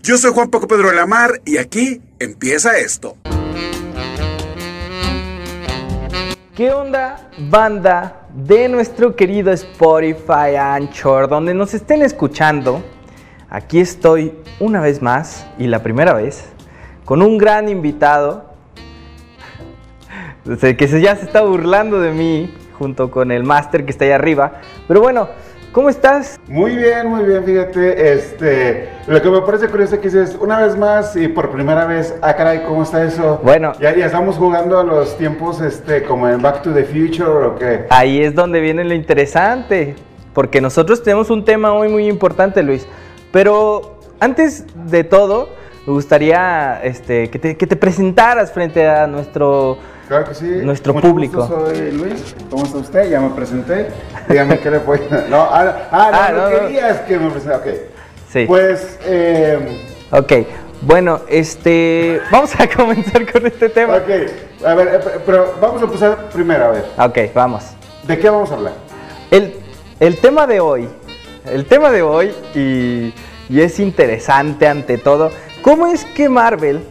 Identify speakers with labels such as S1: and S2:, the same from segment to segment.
S1: Yo soy Juan Paco Pedro de la Mar y aquí empieza esto.
S2: ¿Qué onda, banda de nuestro querido Spotify Anchor, donde nos estén escuchando? Aquí estoy una vez más y la primera vez con un gran invitado que se- ya se está burlando de mí junto con el máster que está allá arriba. Pero bueno, ¿cómo estás?
S3: Muy bien, muy bien, fíjate, este, lo que me parece curioso que dices, una vez más y por primera vez, ah caray, ¿cómo está eso?
S2: Bueno.
S3: Ya, ya estamos jugando a los tiempos, este, como en Back to the Future o qué.
S2: Ahí es donde viene lo interesante, porque nosotros tenemos un tema hoy muy importante, Luis. Pero antes de todo, me gustaría este, que, te, que te presentaras frente a nuestro...
S3: Claro que sí.
S2: Nuestro
S3: Mucho
S2: público.
S3: gusto, soy Luis, ¿cómo está usted? Ya me presenté, dígame qué le puedo... No, ah, no, ah, no,
S2: Ah,
S3: no
S2: no, no.
S3: querías que me presentara, ok.
S2: Sí.
S3: Pues, eh...
S2: Ok, bueno, este, vamos a comenzar con este tema. Ok,
S3: Ok, a ver, eh, pe- pero vamos a empezar primero, a ver,
S2: vamos.
S3: ¿de qué vamos a hablar?
S2: El, el tema de hoy, el tema de hoy, y, y es interesante ante todo, ¿cómo es que Marvel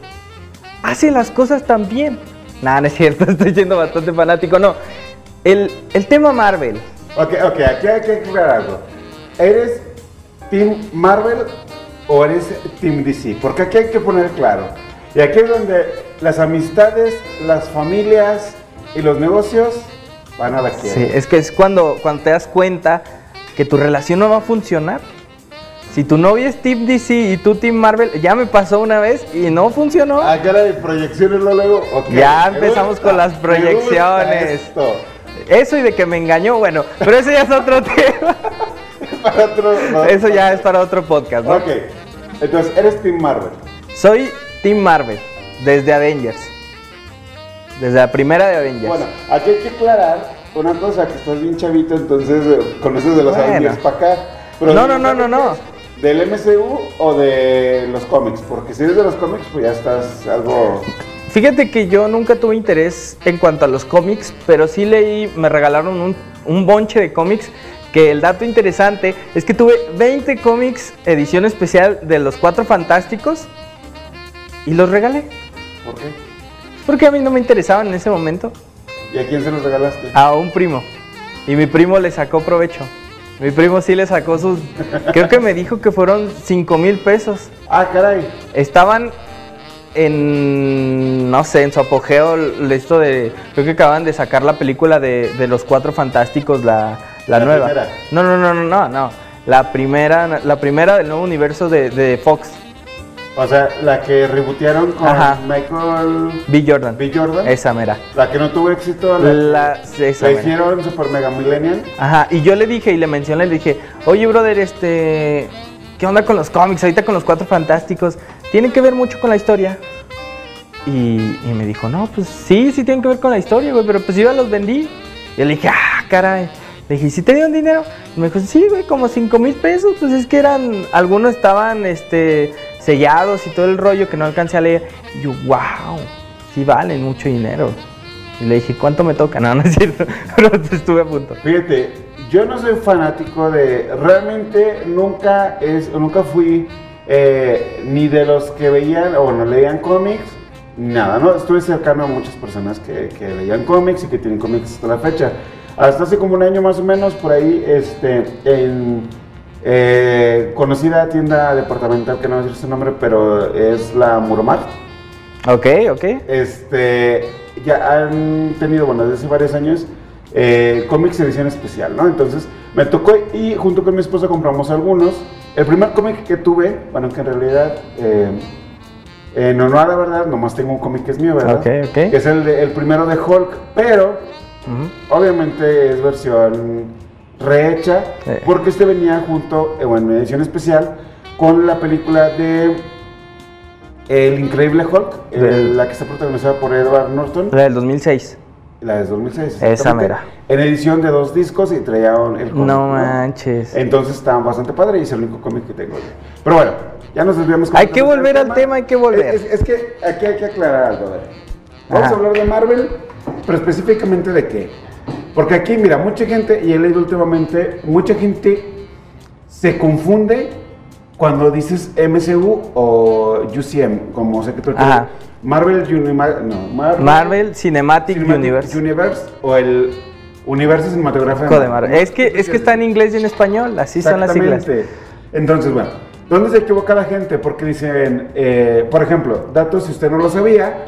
S2: hace las cosas tan bien? Nada, no es cierto, estoy siendo bastante fanático, no. El, el tema Marvel,
S3: Ok, ok, aquí hay que aclarar algo. ¿Eres Team Marvel o eres Team DC? Porque aquí hay que poner claro. Y aquí es donde las amistades, las familias y los negocios van a la quiebra.
S2: sí, es que es cuando, cuando te das cuenta que tu relación no va a funcionar. Si tu novia es Team DC y tú Team Marvel, ya me pasó una vez y no funcionó.
S3: Ah, cara de proyecciones lo luego. ok,
S2: Ya
S3: me
S2: empezamos
S3: gusta,
S2: con las
S3: me gusta
S2: proyecciones.
S3: esto.
S2: Eso y de que me engañó, bueno, pero eso ya es otro tema.
S3: Para otro- no,
S2: Eso ya es para otro podcast, ¿no?
S3: Ah. Ok, entonces eres Team Marvel.
S2: Soy Team Marvel, desde Avengers. Desde la primera de Avengers.
S3: Bueno, aquí hay que aclarar una cosa, que estás bien chavito, entonces eh, conoces de los
S2: Bueno.
S3: Avengers para acá.
S2: No,
S3: dime,
S2: no, no, no, no.
S3: ¿Del MCU o de los cómics? Porque si eres de los cómics, pues ya estás algo...
S2: Fíjate que yo nunca tuve interés en cuanto a los cómics, pero sí leí, me regalaron un, un bonche de cómics. Que el dato interesante es que tuve 20 cómics edición especial de los Cuatro Fantásticos y los regalé.
S3: ¿Por qué?
S2: Porque a mí no me interesaban en ese momento.
S3: ¿Y a quién se los regalaste?
S2: a un primo. Y mi primo le sacó provecho. Mi primo sí le sacó sus... Creo que me dijo que fueron 5 mil pesos.
S3: Ah, caray.
S2: Estaban en... No sé, en su apogeo l- esto de... Creo que acaban de sacar la película de, de los Cuatro Fantásticos, la, la
S3: La
S2: nueva.
S3: primera.
S2: No, no, no, no, no, no. La primera, la primera del nuevo universo de, de Fox,
S3: O sea, la que rebotearon con
S2: Ajá.
S3: Michael
S2: B. Jordan.
S3: B. Jordan.
S2: Esa mera.
S3: La que no tuvo éxito, la,
S2: La- sí, esa
S3: la
S2: mera.
S3: hicieron Super Mega Millennial.
S2: Ajá, y yo le dije y le mencioné, le dije, oye, brother, este, ¿qué onda con los cómics? Ahorita con los cuatro fantásticos, ¿tienen que ver mucho con la historia? Y, y me dijo, no, pues sí, sí tienen que ver con la historia, güey, pero pues yo ya los vendí. Y le dije, ah, caray. Le dije, ¿y si te dieron dinero? Y me dijo, sí, güey, como 5 mil pesos. Pues es que eran, algunos estaban este, sellados y todo el rollo que no alcancé a leer. Y yo, wow, sí valen mucho dinero. Y le dije, ¿cuánto me toca? No, no es cierto, pero estuve a punto.
S3: Fíjate, yo no soy fanático de. Realmente nunca es, nunca fui eh, ni de los que veían o no leían cómics, nada. No, estuve cercano a muchas personas que, que leían cómics y que tienen cómics hasta la fecha. Hasta hace como un año más o menos por ahí, este, en eh, conocida tienda departamental que no voy a decir su nombre, pero es la Muromar.
S2: Ok, ok.
S3: Este, ya han tenido, bueno, desde hace varios años, eh, cómics edición especial, ¿no? Entonces me tocó y junto con mi esposa compramos algunos. El primer cómic que tuve, bueno, que en realidad, eh, en honor a la verdad, nomás tengo un cómic que es mío, ¿verdad?
S2: Ok, ok.
S3: Que es el, de- el primero de Hulk, pero
S2: Ujú.
S3: obviamente es versión rehecha,
S2: Sí.
S3: porque este venía junto, eh, bueno, en edición especial, con la película de El Increíble Hulk,
S2: De-
S3: el- la que está protagonizada por Edward Norton,
S2: La del 2006.
S3: la de 2006.
S2: Esa
S3: exactamente,
S2: mera.
S3: En edición de dos discos y traía un- el
S2: No manches.
S3: Entonces estaban bastante padre y es el único cómic que tengo. Pero bueno, ya nos desviamos.
S2: Hay
S3: completamente
S2: que volver
S3: del
S2: al tema, hay que volver.
S3: Es, es- es que aquí hay que aclarar algo. a ver. Vamos
S2: Ajá.
S3: a hablar de Marvel, pero específicamente de qué. Porque aquí, mira, mucha gente, y he leído últimamente, mucha gente se confunde cuando dices MCU o UCM, como sé que tú
S2: Ajá.
S3: Marvel Unima- no, Marvel,
S2: Marvel Cinematic,
S3: Cinematic
S2: Universe.
S3: Universe o el Universo Cinematográfico
S2: de Marvel. Es que, es que está en inglés y en español, así son las siglas.
S3: Exactamente. Entonces, bueno, ¿dónde se equivoca la gente? Porque dicen, eh, por ejemplo, datos si usted no lo sabía,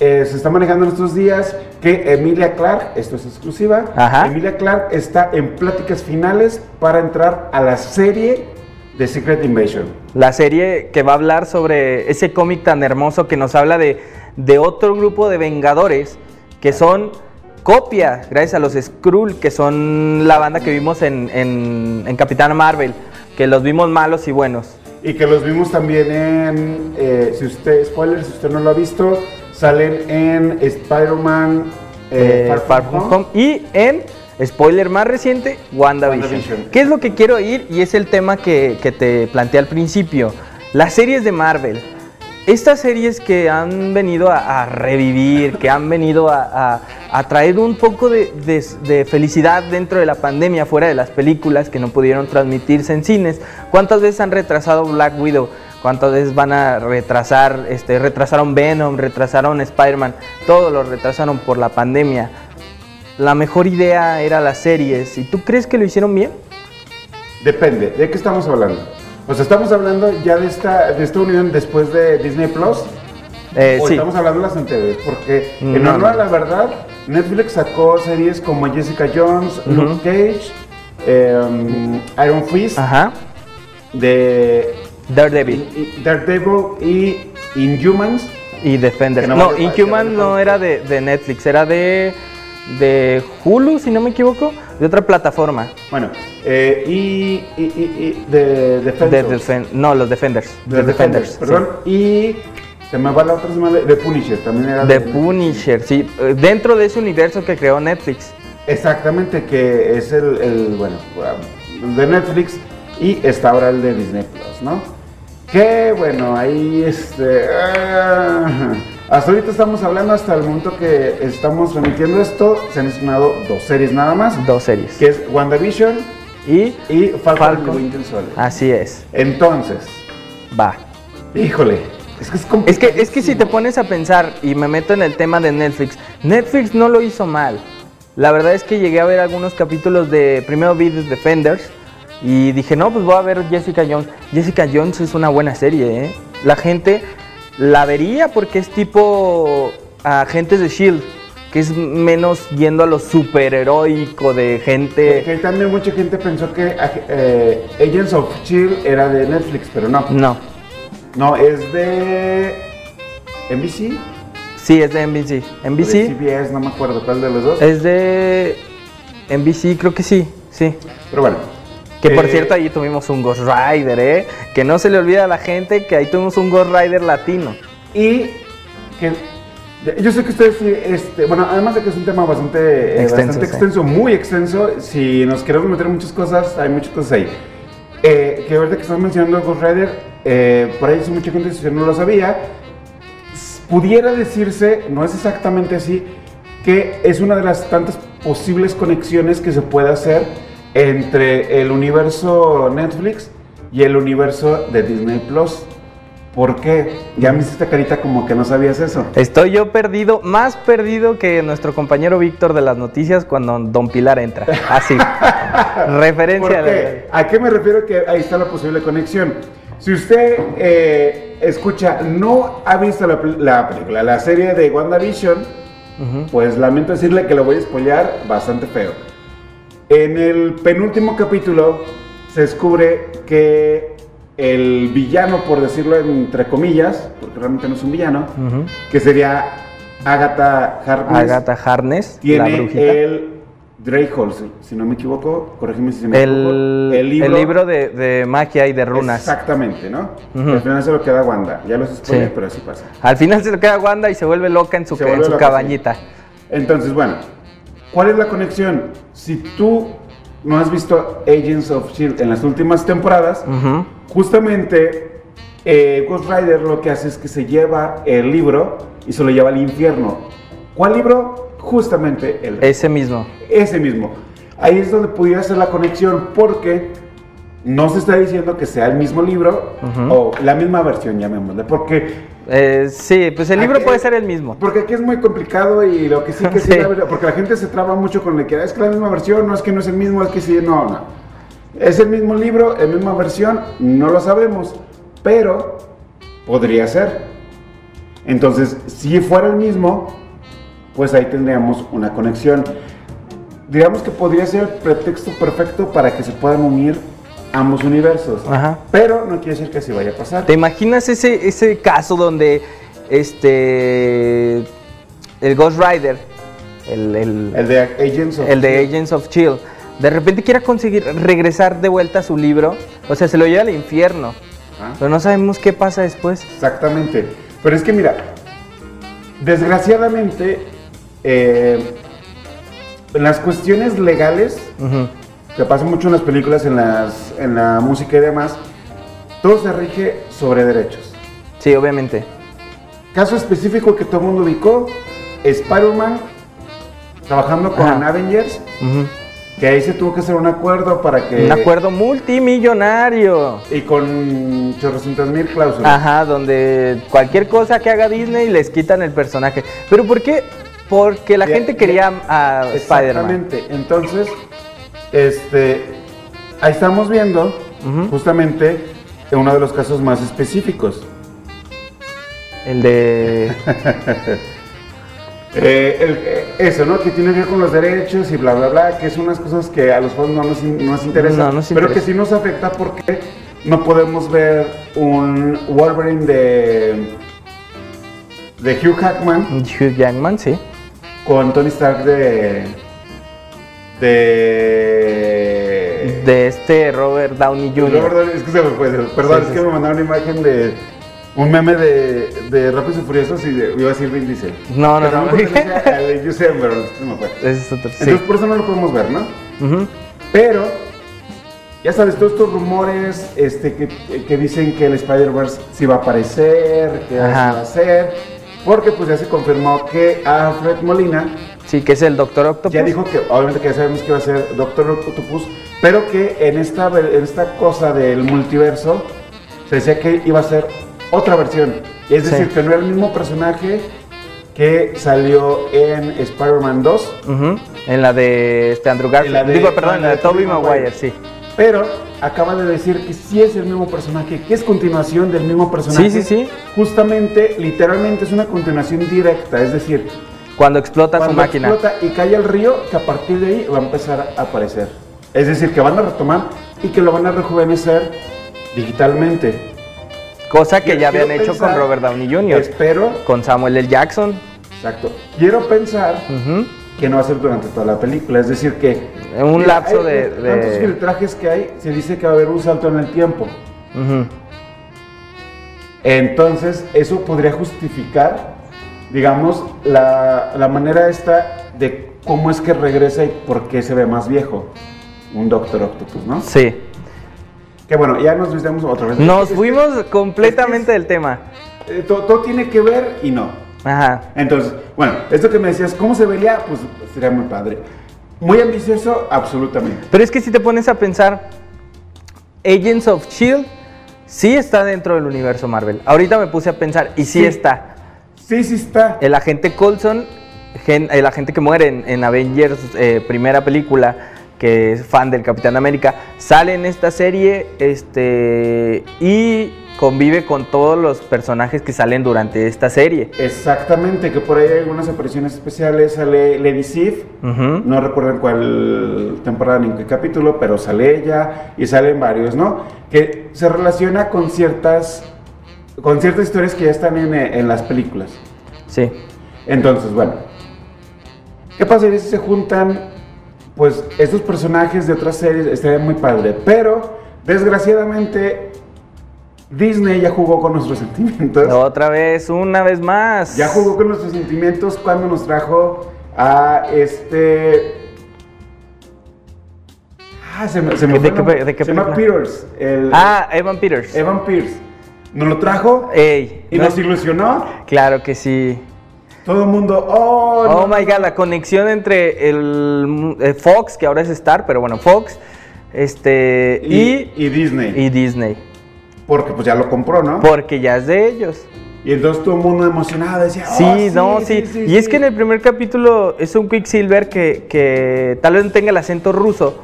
S3: eh, se está manejando en estos días que Emilia Clark, esto es exclusiva,
S2: Ajá.
S3: Emilia Clark está en pláticas finales para entrar a la serie de Secret Invasion.
S2: La serie que va a hablar sobre ese cómic tan hermoso que nos habla de, de otro grupo de Vengadores que son copias, gracias a los Skrull, que son la banda que vimos en, en, en Capitán Marvel, que los vimos malos y buenos.
S3: Y que los vimos también en, eh, si usted, spoiler, si usted no lo ha visto, salen en Spider-Man eh,
S2: Eh, Far From Home. Y en, spoiler más reciente, WandaVision.
S3: WandaVision.
S2: ¿Qué es lo que quiero ir? Y es el tema que, que te planteé al principio. Las series de Marvel. Estas series que han venido a, a revivir, que han venido a, a- a traer un poco de, de- de felicidad dentro de la pandemia, fuera de las películas que no pudieron transmitirse en cines. ¿Cuántas veces han retrasado Black Widow? ¿Cuántas veces van a retrasar? Este, retrasaron Venom, retrasaron Spider-Man, todo lo retrasaron por la pandemia. La mejor idea era las series. ¿Y tú crees que lo hicieron bien?
S3: Depende, ¿de qué estamos hablando? O sea, estamos hablando ya de esta, de esta unión después de Disney Plus.
S2: Eh,
S3: o
S2: sí.
S3: Oh, estamos hablando de las anteriores, porque en
S2: No,
S3: honor
S2: no.
S3: a la verdad, Netflix sacó series como Jessica Jones,
S2: Ujú.
S3: Luke Cage, em, Iron Fist,
S2: Ajá.
S3: de
S2: Daredevil
S3: y- Daredevil y Inhumans.
S2: y Defenders.
S3: Que no
S2: No,
S3: vale
S2: Inhuman
S3: madre,
S2: no
S3: no.
S2: era de, de Netflix, era de, de Hulu, si no me equivoco, de otra plataforma.
S3: Bueno, eh, y, y, y- y de
S2: De
S3: Defenders.
S2: Defen- no, los Defenders.
S3: de Defenders, perdón. Y se me va la otra semana de Punisher, también era
S2: De
S3: Netflix.
S2: Punisher, sí. eh, Dentro de ese universo que creó Netflix.
S3: Exactamente, que es el, el, bueno, el de Netflix y está ahora el de Disney Plus, ¿no? Que bueno, ahí este. ah, hasta ahorita estamos hablando, hasta el momento que estamos remitiendo esto, se han estrenado dos series nada más:
S2: Dos series.
S3: que es WandaVision
S2: Y
S3: y Falcon,
S2: Falcon. Ah.
S3: and the Winter Soldier.
S2: así es.
S3: Entonces,
S2: Va.
S3: híjole, es que es
S2: Es que,
S3: complicado.
S2: es que si te pones a pensar y me meto en el tema de Netflix, Netflix no lo hizo mal. La verdad es que llegué a ver algunos capítulos de primero vi The Defenders y dije, no, pues voy a ver Jessica Jones. Jessica Jones es una buena serie, ¿eh? La gente la vería porque es tipo ah, Agentes de Shield, E que es menos yendo a lo superheroico de gente.
S3: Que también mucha gente pensó que eh, Agents of Chill era de Netflix, pero no.
S2: No,
S3: No, es de NBC.
S2: sí, es de NBC.
S3: o de
S2: NBC
S3: CBS, no me acuerdo cuál de los dos.
S2: es de NBC, creo que sí, sí.
S3: Pero bueno.
S2: Que por
S3: Eh,
S2: cierto, ahí tuvimos un Ghost Rider, ¿eh? Que no se le olvida a la gente que ahí tuvimos un Ghost Rider latino.
S3: Y que yo sé que ustedes, sí, este, bueno, además de que es un tema bastante eh,
S2: Extenso,
S3: bastante
S2: sí.
S3: extenso, muy extenso, si nos queremos meter en muchas cosas, hay muchas cosas ahí. Eh, que ahorita que estás mencionando Ghost Rider, eh, por ahí dice mucha gente, si yo no lo sabía, s- pudiera decirse, no es exactamente así, que es una de las tantas posibles conexiones que se puede hacer entre el universo Netflix y el universo de Disney Plus. ¿Por qué? Ya me hiciste carita como que no sabías eso.
S2: Estoy yo perdido, más perdido que nuestro compañero Víctor de las noticias cuando Don Pilar entra. Así. Referencia
S3: ¿Por qué? ¿A qué me refiero que ahí está la posible conexión? Si usted eh, escucha, no ha visto la, pel- la película, la serie de WandaVision,
S2: Ujú.
S3: pues lamento decirle que lo voy a spoilear bastante feo. En el penúltimo capítulo se descubre que el villano, por decirlo entre comillas, porque realmente no es un villano,
S2: Ujú.
S3: que sería Agatha Harkness,
S2: Mm. Agatha Harness, la
S3: Pues, tiene
S2: brujita.
S3: el Dreyhol, si, si no me equivoco, corrígeme si me
S2: El,
S3: equivoco.
S2: el libro, de, de magia y de runas.
S3: Exactamente, ¿no?
S2: Ujú.
S3: Al final se lo queda Wanda. Ya los spoilers,
S2: Sí.
S3: pero así pasa.
S2: Al final se lo queda Wanda y se vuelve loca en su,
S3: Se
S2: ca- en
S3: vuelve
S2: su
S3: loca, sí.
S2: cabañita.
S3: Entonces, bueno, ¿cuál es la conexión? Si tú no has visto Agents of Shield E en las últimas temporadas,
S2: Ujú.
S3: justamente eh, Ghost Rider lo que hace es que se lleva el libro y se lo lleva al infierno. ¿Cuál libro? Justamente el
S2: Ese mismo.
S3: Ese mismo. Ahí es donde pudiera hacer la conexión porque No se está diciendo que sea el mismo libro o la misma versión, llamémosle, porque
S2: Eh, sí, pues el libro
S3: Aquí-
S2: puede ser el mismo.
S3: Porque aquí Ah, es muy complicado y lo que sí que sí,
S2: Sí.
S3: la verdad- porque la gente se traba mucho con la que "Ah, es que la misma versión, no es que no es el mismo, es que sí, no, no. Es el mismo libro, la misma versión, no lo sabemos, pero podría ser. Entonces, si fuera el mismo, pues ahí tendríamos una conexión. Digamos que podría ser el pretexto perfecto para que se puedan unir ambos universos.
S2: Ajá.
S3: Pero no quiere decir que se vaya a pasar.
S2: ¿Te imaginas ese, ese caso donde este el Ghost Rider, el, el-
S3: El de Agents of
S2: el de Agents of Chill, de repente quiera conseguir regresar de vuelta a su libro? O sea, se lo lleva al infierno.
S3: Ah.
S2: Pero no sabemos qué pasa después.
S3: Exactamente. Pero es que mira, desgraciadamente, eh, en las cuestiones legales,
S2: Ujú.
S3: que pasa mucho en las películas, en, las, en la música y demás, todo se rige sobre derechos.
S2: Sí, obviamente.
S3: Caso específico que todo el mundo ubicó, Spider-Man trabajando con
S2: Ajá.
S3: Avengers,
S2: Ujú.
S3: que ahí se tuvo que hacer un acuerdo para que...
S2: Un acuerdo multimillonario.
S3: Y con chorrocientas mil cláusulas.
S2: Ajá, donde cualquier cosa que haga Disney les quitan el personaje. ¿Pero por qué? Porque la
S3: Bien,
S2: gente quería
S3: bien.
S2: a Spider-Man.
S3: Exactamente. Entonces, este, ahí estamos viendo
S2: Ujú.
S3: justamente uno de los casos más específicos.
S2: El de.
S3: Eh, el- eh, eso, ¿no? Que tiene que ver con los derechos y bla, bla, bla, que es unas cosas que a los fans no nos, in- no nos interesan,
S2: No nos
S3: pero que
S2: interesa.
S3: sí nos afecta porque no podemos ver un Wolverine de, de Hugh Hackman
S2: Hugh Jackman, sí.
S3: con Tony Stark de... De...
S2: De este Robert Downey
S3: Eh. Robert
S2: Jr.
S3: Downey- es que se me fue, se me- perdón,
S2: Sí,
S3: es
S2: sí,
S3: que
S2: sí.
S3: me mandaron una imagen de un meme de, de Rápidos y Furiosos y de, iba a decir Vin Diesel.
S2: No, no,
S3: Pero
S2: no.
S3: también pertenece al de Usain, pero se me fue.
S2: Ese es otro. Sí.
S3: Entonces por eso no lo podemos ver, ¿no?
S2: Ujú.
S3: Pero, ya sabes, todos estos rumores este, que, que dicen que el Spider-Verse sí va a aparecer, que
S2: Ajá.
S3: va a ser, porque pues ya se confirmó que Alfred Molina
S2: Sí, que es el Doctor Octopus.
S3: ya dijo que, obviamente que ya sabemos que va a ser Doctor Octopus, pero que en esta, ve- en esta cosa del multiverso se decía que iba a ser otra versión. Es
S2: Sí.
S3: decir, que no era el mismo personaje que salió en Spider-Man 2,
S2: Ujú. En la de este Andrew
S3: En
S2: Garfield.
S3: la de-
S2: Digo, perdón, en la de Tobey Maguire, sí.
S3: pero acaba de decir que sí es el mismo personaje, que es continuación del mismo personaje.
S2: Sí, sí, sí.
S3: Justamente, literalmente es una continuación directa, es decir,
S2: Cuando explota su
S3: cuando
S2: máquina.
S3: explota y cae al río, que a partir de ahí va a empezar a aparecer. Es decir, que van a retomar y que lo van a rejuvenecer digitalmente.
S2: Cosa que
S3: Yo
S2: ya habían
S3: quiero
S2: hecho con
S3: pensar-
S2: Robert Downey Jr.
S3: Espero,
S2: Con Samuel L. Jackson.
S3: exacto. Quiero pensar
S2: Ujú.
S3: que no va a ser durante toda la película. Es decir, que.
S2: En un lapso
S3: hay
S2: de- de-
S3: Tantos filtrajes que hay, se dice que va a haber un salto en el tiempo.
S2: Ujú.
S3: Entonces, eso podría justificar, digamos, la, la manera esta de cómo es que regresa y por qué se ve más viejo. Un Doctor Octopus, ¿no?
S2: Sí.
S3: Que bueno, ya nos visitamos otra vez.
S2: Nos
S3: Es que,
S2: fuimos completamente del tema.
S3: eh, to- todo, tiene que ver y no.
S2: Ajá.
S3: Entonces, bueno, esto que me decías, ¿cómo se vería? Pues sería muy padre. Muy ambicioso, absolutamente.
S2: Pero es que si te pones a pensar, Agents of Shield E sí está dentro del universo Marvel. Ahorita me puse a pensar y sí,
S3: Sí.
S2: está.
S3: Sí, sí está.
S2: El agente Coulson, gen- el agente que muere en, en Avengers eh, primera película, que es fan del Capitán América, sale en esta serie este y convive con todos los personajes que salen durante esta serie.
S3: Exactamente, que por ahí hay algunas apariciones especiales. Sale Lady Sif.
S2: Ujú.
S3: No recuerdo en cuál temporada ni en qué capítulo, pero sale ella y salen varios, ¿no? Que se relaciona con ciertas, con ciertas historias que ya están en, eh, en las películas.
S2: Sí.
S3: Entonces, bueno, ¿qué pasaría si se juntan? Pues estos personajes de otras series estaría muy padre, pero desgraciadamente Disney ya jugó con nuestros sentimientos.
S2: Otra vez, una vez más.
S3: Pues Ya jugó con nuestros sentimientos cuando nos trajo a este. Ah, se me, se me
S2: ¿De
S3: fue el
S2: qué
S3: nombre.
S2: pe- de qué
S3: Se llama
S2: película?
S3: Peters. El
S2: Ah, Evan Peters.
S3: Evan Pierce. Nos lo trajo
S2: Ey,
S3: y
S2: no
S3: nos
S2: es-
S3: ilusionó.
S2: Claro que sí.
S3: Todo el mundo, oh, no,
S2: Oh my god, la conexión entre el mu- eh, Fox, que ahora es Star, pero bueno, Fox, Este, y,
S3: y Disney.
S2: y Disney.
S3: Porque pues ya lo compró, ¿no?
S2: Porque ya es de ellos.
S3: Y entonces todo el mundo emocionado decía,
S2: Sí,
S3: "Oh,
S2: no, sí. y es que en el primer capítulo es un Quicksilver que, que tal vez no tenga el acento ruso,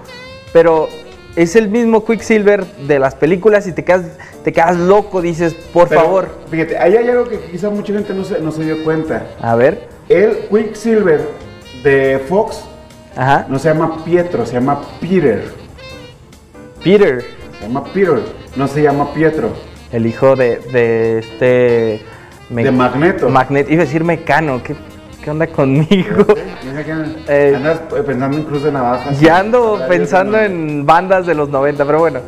S2: pero es el mismo Quicksilver de las películas y te quedas, te quedas loco, dices, por
S3: Pero,
S2: favor.
S3: Fíjate, ahí hay algo que quizá mucha gente no se, no se dio cuenta.
S2: A ver,
S3: El Quicksilver de Fox
S2: ajá.
S3: no se llama Pietro, se llama Peter.
S2: Peter,
S3: Se llama Peter, no se llama Pietro.
S2: el hijo de, de este. me-
S3: De Magneto.
S2: Magnet, iba a decir Mecano, ¿qué, qué onda conmigo?
S3: Mira que
S2: Eh,
S3: andas pensando en Cruz de Navajas.
S2: Ya ando pensando en bandas de los 90, pero bueno.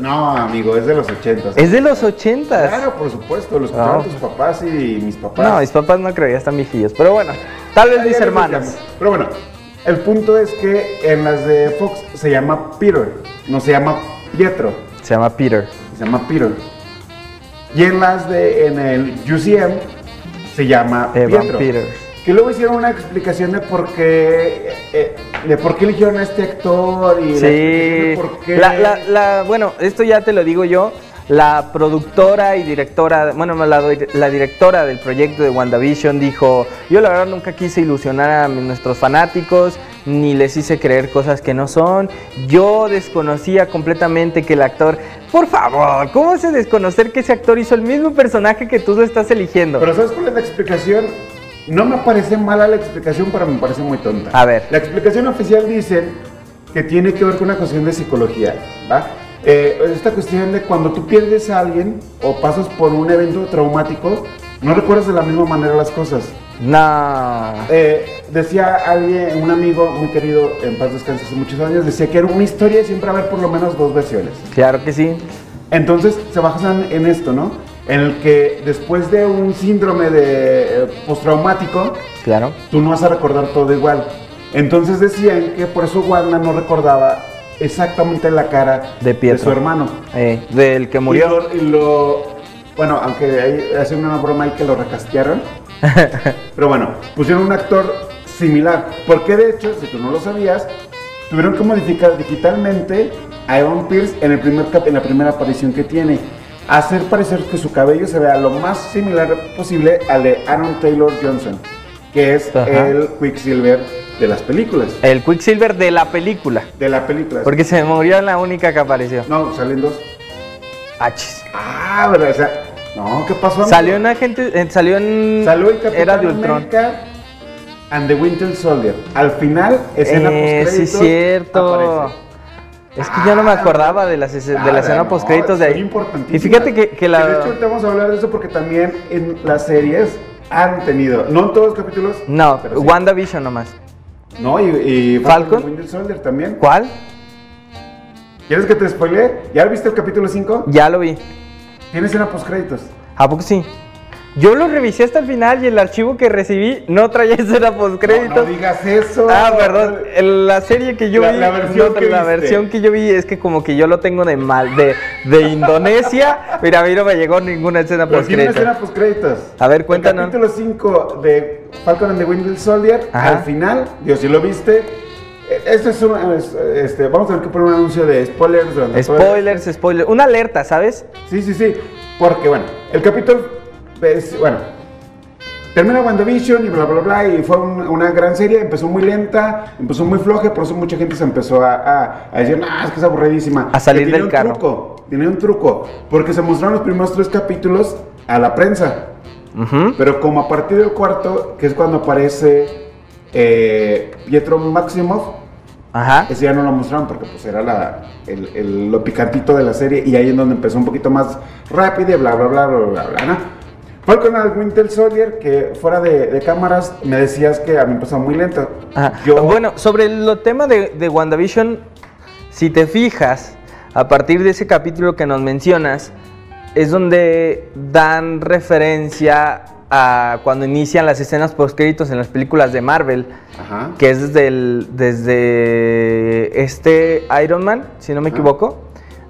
S3: No, amigo, es de los 80.
S2: Es de los 80.
S3: Claro, por supuesto, lo escucharon
S2: No.
S3: tus papás y mis papás.
S2: No, mis papás no creo, ya están viejillos. Pero bueno, tal vez
S3: Ah, ya
S2: mis
S3: no
S2: hermanos.
S3: se llama. Pero bueno, el punto es que en las de Fox se llama Peter, no se llama Pietro,
S2: Se llama Peter.
S3: se llama Peter. Y en las de en el UCM se llama
S2: Evan
S3: Pietro.
S2: Peters.
S3: Que luego hicieron una explicación de por qué eh, de por qué eligieron a este actor y la explicación de
S2: Sí.
S3: por qué-
S2: La, la- la- bueno, esto ya te lo digo yo. La productora y directora, bueno, no, la, dir- la directora del proyecto de WandaVision dijo, yo la verdad nunca quise ilusionar a mi- nuestros fanáticos, ni les hice creer cosas que no son. Yo desconocía completamente que el actor, por favor, ¿cómo hace desconocer que ese actor hizo el mismo personaje que tú lo estás eligiendo?
S3: Pero ¿sabes cuál es la explicación? No me parece mala la explicación, pero me parece muy tonta.
S2: A ver.
S3: La explicación oficial dice que tiene que ver con una cuestión de psicología, ¿va? Eh, esta cuestión de cuando tú pierdes a alguien o pasas por un evento traumático, no recuerdas de la misma manera las cosas.
S2: No.
S3: Eh, decía alguien, un amigo muy querido, en paz descanse hace muchos años, decía que era una historia y siempre haber por lo menos dos versiones.
S2: Claro que sí.
S3: Entonces se basan en esto, ¿no? En el que después de un síndrome de eh, postraumático,
S2: Claro.
S3: tú no vas a recordar todo igual. Entonces decían que por eso Wanda no recordaba exactamente la cara
S2: De Pietro.
S3: su hermano.
S2: Eh, del que murió.
S3: Y lo, y lo- bueno, aunque ahí hacen una broma ahí que lo recastearon. pero bueno, pusieron un actor similar. Porque de hecho, si tú no lo sabías, tuvieron que modificar digitalmente a Evan Pierce en, el primer cap- en la primera aparición que tiene. Hacer parecer que su cabello se vea lo más similar posible al de Aaron Taylor Johnson, que es
S2: Ajá.
S3: el Quicksilver de las películas.
S2: El Quicksilver de la película.
S3: De la película.
S2: Porque se murió en la única que apareció.
S3: No, salen dos.
S2: Achis.
S3: Ah, verdad, o sea, no, ¿qué pasó? amigo?
S2: Salió en agente. eh, salió en.
S3: Salió el Capitán
S2: Era de Ultron.
S3: América and the Winter Soldier. Al final, escena
S2: Eh, sí,
S3: postcréditos,
S2: cierto.
S3: aparece.
S2: Es que yo no me acordaba de, las esce- de la
S3: Ah,
S2: escena
S3: no,
S2: post créditos de
S3: son
S2: ahí.
S3: importantísimas.
S2: Y fíjate que, que
S3: De hecho,
S2: la.
S3: ahorita vamos a hablar de eso porque también en las series han tenido, no en todos los capítulos.
S2: No,
S3: pero sí.
S2: WandaVision nomás.
S3: No, y, y
S2: Falcon.
S3: and the Winter Soldier también.
S2: ¿Cuál?
S3: ¿Quieres que te spoile? ¿Ya viste el capítulo 5?
S2: Ya lo vi.
S3: Tiene escena postcréditos.
S2: ¿A poco sí? Yo lo revisé hasta el final y el archivo que recibí no traía escena post
S3: No, no
S2: créditos.
S3: digas eso.
S2: Ah, perdón. en La serie que yo
S3: La-
S2: vi.
S3: la versión
S2: no,
S3: que
S2: la
S3: viste.
S2: versión que yo vi es que como que yo lo tengo de mal. De, de Indonesia. Mira, a mí no me llegó ninguna escena
S3: Pero
S2: post
S3: tiene una escena postcréditos.
S2: A ver, cuéntanos.
S3: El capítulo 5 de Falcon and the Winter Soldier,
S2: Ajá.
S3: al final, Dios, si lo viste, eh, esto es un, es- este, vamos a tener que poner un anuncio de spoilers. durante todo el-
S2: Spoilers, spoilers. Una alerta, ¿sabes?
S3: Sí, sí, sí, porque bueno, el capítulo, es, bueno, termina WandaVision y bla, bla, bla, y fue un- una gran serie, empezó muy lenta, empezó muy floja, por eso mucha gente se empezó a, a- a decir, ah, es que es aburridísima.
S2: A salir
S3: Que tiene
S2: del
S3: un
S2: carro.
S3: Truco, tiene un truco, porque se mostraron los primeros tres capítulos a la prensa.
S2: Ujú.
S3: Pero como a partir del cuarto, que es cuando aparece eh, Pietro Maximoff,
S2: Ajá.
S3: ese ya no lo mostraron porque pues era la, el, el- lo picantito de la serie y ahí es donde empezó un poquito más rápido y bla bla bla bla bla bla. ¿no? Falcon and Winter Soldier, que fuera de, de cámaras me decías que a mí empezó muy lento.
S2: Ajá.
S3: Yo-
S2: Ah, Bueno, sobre el tema de, de WandaVision, si te fijas, a partir de ese capítulo que nos mencionas, es donde dan referencia a cuando inician las escenas postcréditos en las películas de Marvel,
S3: Ajá.
S2: que es desde, el- desde este Iron Man, si no me
S3: Ajá.
S2: equivoco.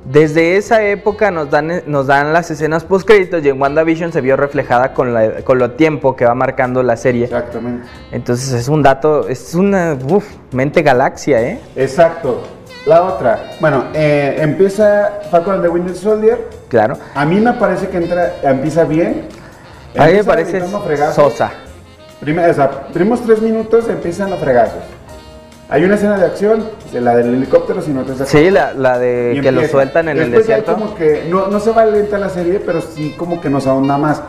S2: Desde esa época nos dan, nos dan las escenas postcréditos y en WandaVision se vio reflejada con, la, con lo tiempo que va marcando la serie.
S3: Exactamente.
S2: Entonces es un dato, es una uf, mente galaxia, ¿eh?
S3: Exacto. La otra, bueno, eh, empieza Falcon and the Winter Soldier.
S2: Claro.
S3: A mí me parece que entra, empieza bien.
S2: A mí me
S3: Empieza
S2: parece
S3: aventando fregazos.
S2: sosa.
S3: Prima- o sea, primos tres minutos empiezan los fregazos. Hay una escena de acción, de la del helicóptero, si no te sacas.
S2: Sí, la, la de
S3: Y
S2: que lo
S3: empieza.
S2: sueltan en el
S3: Después ya hay
S2: desierto.
S3: como que no, no se va lenta la serie, pero sí como que nos ahonda más.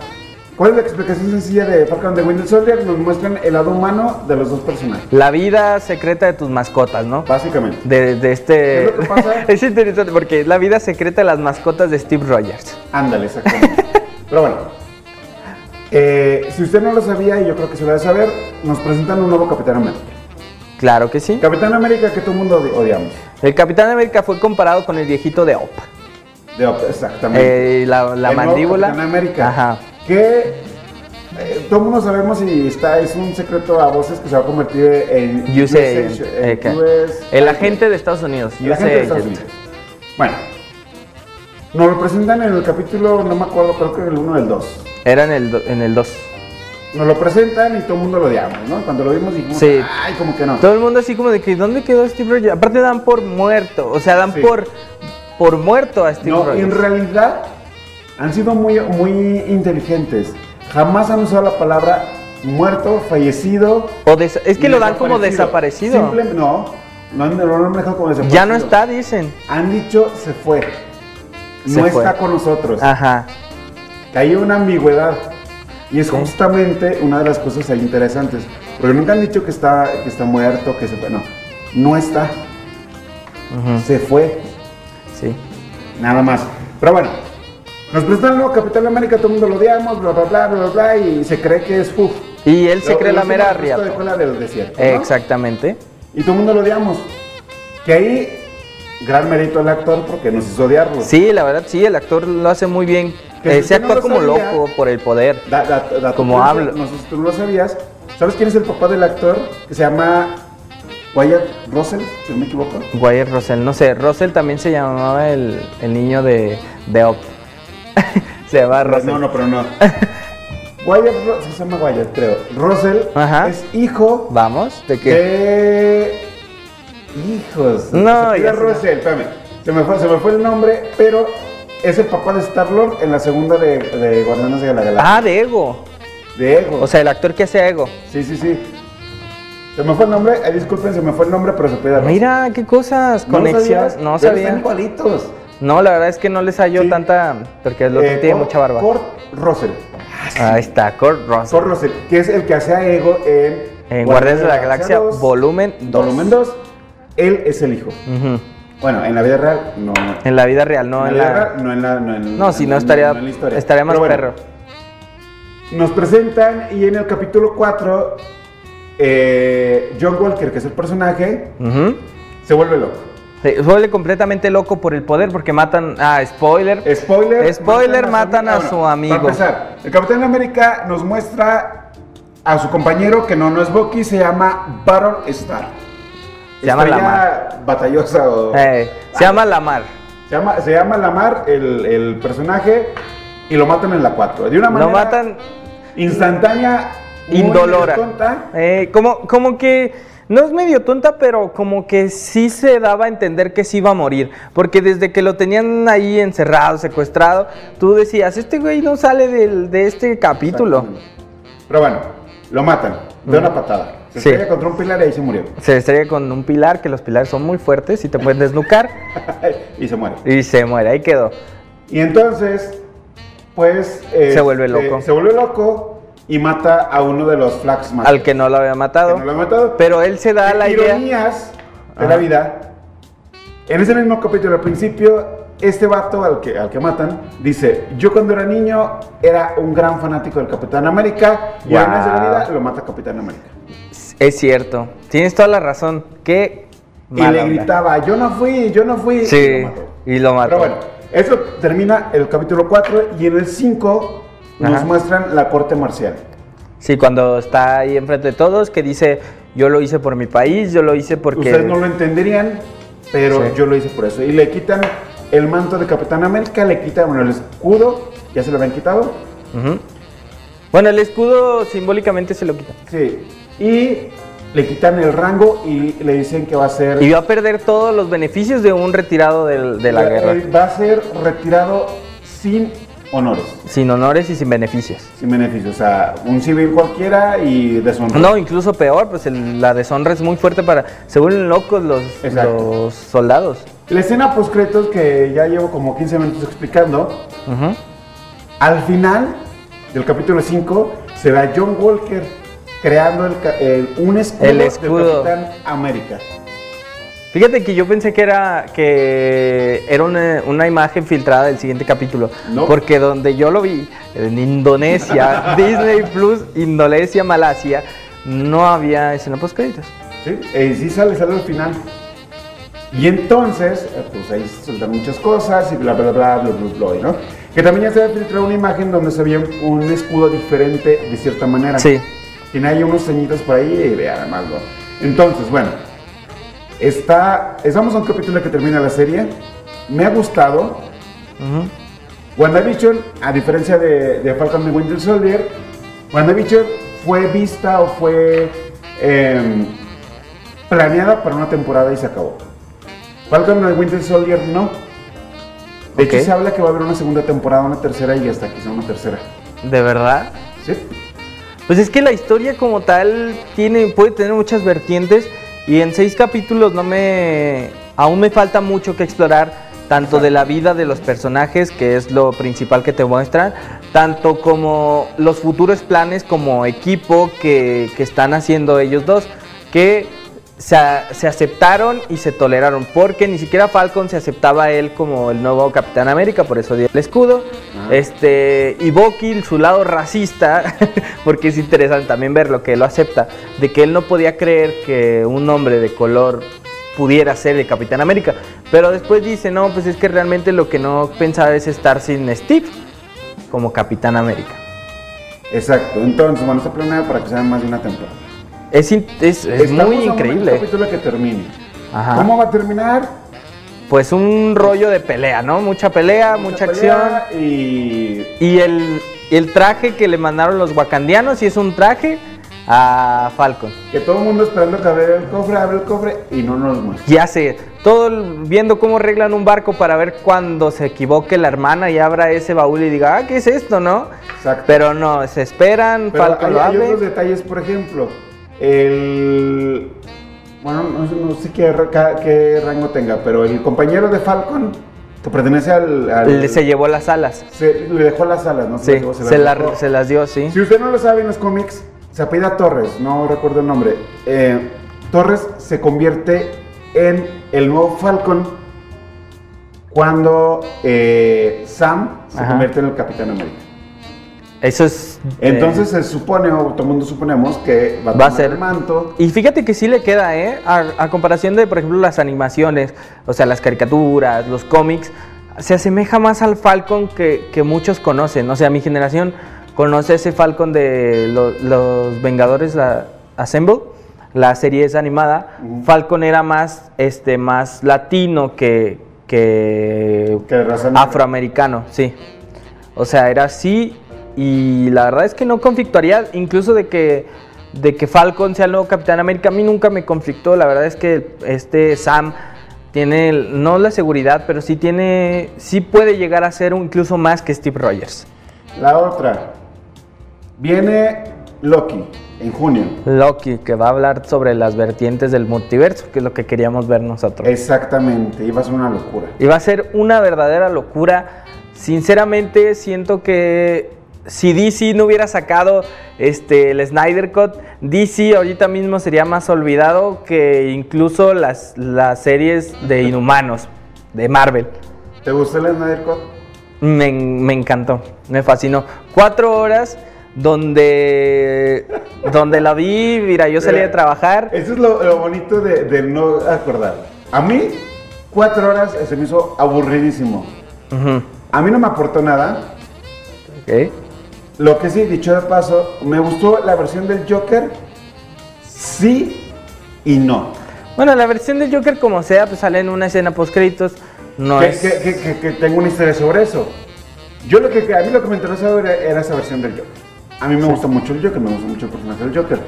S3: ¿Cuál es la explicación sencilla de Falcon de Winter Soldier? Nos muestran el lado humano de los dos personajes,
S2: La vida secreta de tus mascotas, ¿no?
S3: básicamente.
S2: De, de este.
S3: ¿Es lo que pasa?
S2: es interesante porque es la vida secreta de las mascotas de Steve Rogers.
S3: Ándale, exactamente. Pero bueno, eh, si usted no lo sabía, y yo creo que se lo debe saber, nos presentan un nuevo Capitán América.
S2: Claro que sí.
S3: Capitán América que todo el mundo odi- odiamos.
S2: El Capitán América fue comparado con el viejito de Opa.
S3: De op- exactamente.
S2: Eh, la- la
S3: El nuevo
S2: mandíbula.
S3: Capitán América.
S2: Ajá.
S3: Que eh, todo el mundo sabemos y está, es un secreto a voces que se va a convertir en
S2: USA,
S3: en
S2: eh, que-
S3: US
S2: el agente de Estados Unidos.
S3: El agente de
S2: USA
S3: Estados
S2: agent.
S3: Unidos. Bueno, nos lo presentan en el capítulo, no me acuerdo, creo que en el 1 o el 2.
S2: Era en el do- en el 2.
S3: Nos lo presentan y todo el mundo lo odiamos, ¿no? Cuando lo vimos dijimos,
S2: Sí.
S3: ay, como que no.
S2: Todo el mundo así como de que ¿dónde quedó Steve Rogers? Aparte dan por muerto, o sea, dan
S3: Sí.
S2: por por muerto a Steve
S3: No,
S2: Rogers.
S3: en realidad han sido muy, muy inteligentes. Jamás han usado la palabra muerto, fallecido.
S2: O des- es que lo dan como desaparecido.
S3: Simple- no, no, han- no lo han dejado como desaparecido.
S2: ya no está, dicen.
S3: Han dicho se fue.
S2: Se
S3: no
S2: fue. Ah.
S3: está con nosotros.
S2: Ajá.
S3: Que hay una ambigüedad. Y es
S2: Sí.
S3: justamente una de las cosas ahí interesantes. Porque nunca han dicho que está, que está muerto, que se fue. No, no está.
S2: Ujú,
S3: Se fue.
S2: Sí.
S3: Nada más. Pero bueno, nos presentan el nuevo Capitán América, todo el mundo lo odiamos, bla, bla, bla, bla, bla, bla, y se cree que es uff.
S2: Y él se cree la mera riata.
S3: de cola del desierto. ¿no?
S2: Exactamente.
S3: Y todo el mundo lo odiamos. Que ahí, gran mérito al actor porque nos hizo odiarlo.
S2: Sí, la verdad sí, el actor lo hace muy bien.
S3: Que
S2: Eh,
S3: si
S2: se
S3: usted no
S2: actúa
S3: lo
S2: como
S3: sabía-
S2: loco por el poder.
S3: Da- da- da-
S2: Como
S3: tú-
S2: habla.
S3: No sé si tú lo sabías. ¿Sabes quién es el papá del actor? Que se llama Wyatt Russell, si no me equivoco.
S2: Wyatt Russell, no sé, Russell también se llamaba el, el niño de, de Op. se llama Russell.
S3: No, no, pero no. Wyatt, Ru- se llama Wyatt, creo. Russell
S2: Ajá.
S3: es hijo
S2: Vamos, de que
S3: ¿Qué? Hijos.
S2: No,
S3: Se
S2: ya
S3: tira
S2: sé.
S3: Russell, espérame. Se me, fue, se me fue el nombre, pero es el papá de Star-Lord en la segunda de, de Guardianes de la Galaxia.
S2: Ah, de Ego.
S3: De Ego.
S2: O sea, el actor que hace a Ego.
S3: sí, sí, sí. Se me fue el nombre, eh, disculpen, se me fue el nombre, pero se pide
S2: Mira, qué cosas, conexiones. No sabía.
S3: Están igualitos.
S2: No, la verdad es que no les hallo
S3: Sí.
S2: tanta. Porque el otro
S3: Eh,
S2: tiene
S3: Kurt-
S2: mucha barba.
S3: Kurt Russell.
S2: Ahí está, Kurt Russell.
S3: Kurt Russell, que es el que hace a Ego en.
S2: En Guardianes de la Galaxia,
S3: 2,
S2: volumen 2.
S3: Volumen 2. Él es el hijo.
S2: Ujú.
S3: Bueno, en la vida real, no.
S2: En la vida real, no en la.
S3: guerra, no en la. No, en-
S2: No, si no estaría,
S3: en la historia.
S2: estaría más
S3: Pero bueno,
S2: perro.
S3: Nos presentan y en el capítulo 4, eh, John Walker, que es el personaje,
S2: Ujú.
S3: se vuelve loco.
S2: Se vuelve completamente loco por el poder porque matan. Ah, spoiler.
S3: Spoiler.
S2: Spoiler, matan a
S3: bueno,
S2: su amigo.
S3: Para empezar, el Capitán América nos muestra a su compañero que no, no es Bucky, se llama Baron Star.
S2: Se llama
S3: Estrella
S2: Lamar.
S3: Batallosa o.
S2: Eh, se llama Lamar.
S3: Se llama, se llama Lamar el, el personaje y lo matan en la 4. De una manera.
S2: Lo matan
S3: instantánea, muy
S2: indolora.
S3: tonta.
S2: Eh, como, como que no es medio tonta, pero como que sí se daba a entender que sí iba a morir. Porque desde que lo tenían ahí encerrado, secuestrado, tú decías, este güey no sale del, de este capítulo.
S3: Pero bueno, lo matan de una patada. Se
S2: Sí.
S3: estrella contra un pilar y ahí se murió.
S2: Se estrella con un pilar, que los pilares son muy fuertes y te pueden desnucar.
S3: y se muere.
S2: Y se muere, ahí quedó.
S3: Y entonces, pues. eh,
S2: Se vuelve loco.
S3: eh, se vuelve loco y mata a uno de los Flaxman.
S2: Al que no lo había matado.
S3: Que no lo ha matado.
S2: Pero él se da la idea.
S3: Ironías de
S2: Ajá.
S3: la vida. En ese mismo capítulo, al principio. Este vato al que, al que matan dice: Yo cuando era niño era un gran fanático del Capitán América y ahora de la
S2: Guau.
S3: vida lo mata Capitán América.
S2: Es cierto. Tienes toda la razón. Qué
S3: Y
S2: mala
S3: le
S2: onda.
S3: gritaba, yo no fui, yo no fui. y
S2: Sí,
S3: lo mató.
S2: y lo mató.
S3: Pero bueno, eso termina el capítulo 4 y en el 5 nos
S2: Ajá.
S3: muestran la corte marcial.
S2: Sí, cuando está ahí enfrente de todos, que dice, yo lo hice por mi país, yo lo hice porque...
S3: Ustedes no lo entenderían, pero
S2: Sí.
S3: yo lo hice por eso. Y le quitan el manto de Capitán América, le quitan bueno, el escudo, ya se lo habían quitado.
S2: Ujú. Bueno, el escudo simbólicamente se lo quita.
S3: Sí. Y le quitan el rango y le dicen que va a ser.
S2: Y va a perder todos los beneficios de un retirado del- de la
S3: eh,
S2: guerra.
S3: Va a ser retirado sin honores,
S2: Sin honores y sin beneficios.
S3: sin beneficios. O sea, un civil cualquiera y deshonrado.
S2: No, incluso peor, pues el- la deshonra es muy fuerte para... Se vuelven locos los,
S3: Exacto.
S2: los soldados.
S3: La escena post-créditos que ya llevo como 15 minutos explicando,
S2: Ujú.
S3: al final del capítulo 5 se ve a John Walker creando el ca- el- un escudo,
S2: El escudo.
S3: del Capitán América.
S2: Fíjate que yo pensé que era que era una, una imagen filtrada del siguiente capítulo.
S3: No.
S2: Porque donde yo lo vi, en Indonesia, Disney Plus, Indonesia, Malasia, no había escena post créditos.
S3: ¿Sí? Eh, sí sale, sale al final. Y entonces, eh, pues ahí se sueltan muchas cosas y bla, bla, bla, bla, bla, bla, ¿no? Que también ya se había filtrado una imagen donde se veía un- un escudo diferente de cierta manera.
S2: Sí.
S3: Tiene ahí unos ceñitos por ahí y vea, además, ¿no? Entonces, bueno, está, estamos a un capítulo que termina la serie. Me ha gustado.
S2: Ujú.
S3: WandaVision, a diferencia de, de Falcon and the Winter Soldier, WandaVision fue vista o fue em, planeada para una temporada y se acabó. Falcon and the Winter Soldier no. De
S2: Ok.
S3: hecho, se habla que va a haber una segunda temporada, una tercera y hasta quizá una tercera.
S2: ¿De verdad?
S3: ¿Sí?
S2: Pues es que la historia como tal tiene, puede tener muchas vertientes y en seis capítulos no me, aún me falta mucho que explorar, tanto de la vida de los personajes, que es lo principal que te muestran, tanto como los futuros planes como equipo que, que están haciendo ellos dos, que se, a- se aceptaron y se toleraron, porque ni siquiera Falcon se aceptaba a él como el nuevo Capitán América, por eso dio el escudo.
S3: Ajá.
S2: Este, y Bucky, su lado racista, porque es interesante también ver lo que él lo acepta, de que él no podía creer que un hombre de color pudiera ser el Capitán América. Pero después dice, no, pues es que realmente lo que no pensaba es estar sin Steve como Capitán América.
S3: Exacto. Entonces, bueno, está planeada para que sea más de una temporada.
S2: Es, in- es- es
S3: Estamos
S2: muy
S3: a un
S2: increíble.
S3: capítulo que termine.
S2: Ajá.
S3: ¿Cómo va a terminar?
S2: Pues un rollo de pelea, ¿no? Mucha pelea, mucha, acción.
S3: pelea Y
S2: Y el, el traje que le mandaron los wakandianos, y es un traje a Falcon.
S3: que todo el mundo esperando que abriera el cofre, abre el cofre y no nos muestra.
S2: Ya sé, todo el- viendo cómo arreglan un barco para ver cuando se equivoque la hermana y abra ese baúl y diga, ah, ¿qué es esto, no?
S3: Exacto.
S2: Pero no, se esperan,
S3: Pero
S2: Falcon
S3: hay,
S2: lo
S3: hay
S2: abre.
S3: otros detalles, por ejemplo, el... Bueno, no, sé- no sé qué, ra- ca- qué rango tenga, pero el compañero de Falcon, que pertenece al... al-
S2: Le- Se llevó las alas.
S3: se- le dejó las alas, ¿no?
S2: Sí,
S3: Pues las llevó,
S2: se,
S3: las
S2: la-
S3: dejó.
S2: se las dio, sí.
S3: Si usted no lo sabe en los cómics, se apellida Torres, no recuerdo el nombre. Eh, Torres se convierte en el nuevo Falcon cuando eh, Sam se
S2: Ajá.
S3: convierte en el Capitán América.
S2: Eso es... eh,
S3: Entonces se supone, o todo el mundo suponemos, que va a,
S2: Va a
S3: tomar
S2: ser.
S3: el manto.
S2: Y fíjate que sí le queda, ¿eh? A, a comparación de, por ejemplo, las animaciones, o sea, las caricaturas, los cómics, se asemeja más al Falcon que, que muchos conocen. O sea, mi generación conoce ese Falcon de lo- los Vengadores la, Assemble, la serie es animada.
S3: Ujú.
S2: Falcon era más, este, más latino que, que
S3: Que de raza negra.
S2: afroamericano, sí. O sea, era así y la verdad es que no conflictuaría, incluso de que, de que Falcon sea el nuevo Capitán América, a mí nunca me conflictó, la verdad es que este Sam tiene, el- no la seguridad, pero sí tiene, sí puede llegar a ser un- incluso más que Steve Rogers.
S3: La otra, viene Loki en junio.
S2: Loki, que va a hablar sobre las vertientes del multiverso, que es lo que queríamos ver nosotros.
S3: Exactamente, iba a ser una locura.
S2: Y va a ser una verdadera locura. Sinceramente, siento que si DC no hubiera sacado este, el Snyder Cut, DC ahorita mismo sería más olvidado que incluso las, las series de Inhumanos, de Marvel.
S3: ¿Te gustó el Snyder Cut?
S2: Me, en- me encantó, me fascinó. Cuatro horas donde, donde la vi, mira, yo salí de trabajar.
S3: Eso es lo, lo bonito de, de no acordar. A mí, cuatro horas eh, se me hizo aburridísimo.
S2: Ujú,
S3: A mí no me aportó nada.
S2: ok.
S3: Lo que sí, dicho de paso, me gustó la versión del Joker. Sí y no.
S2: Bueno, la versión de Joker, como sea, pues sale en una escena post créditos. No
S3: que,
S2: es.
S3: que- que- que- que tengo una historia sobre eso. Yo lo que, que a mí lo que me interesaba era, era esa versión del Joker. A mí me gusta mucho el Joker, me gusta mucho el personaje del Joker.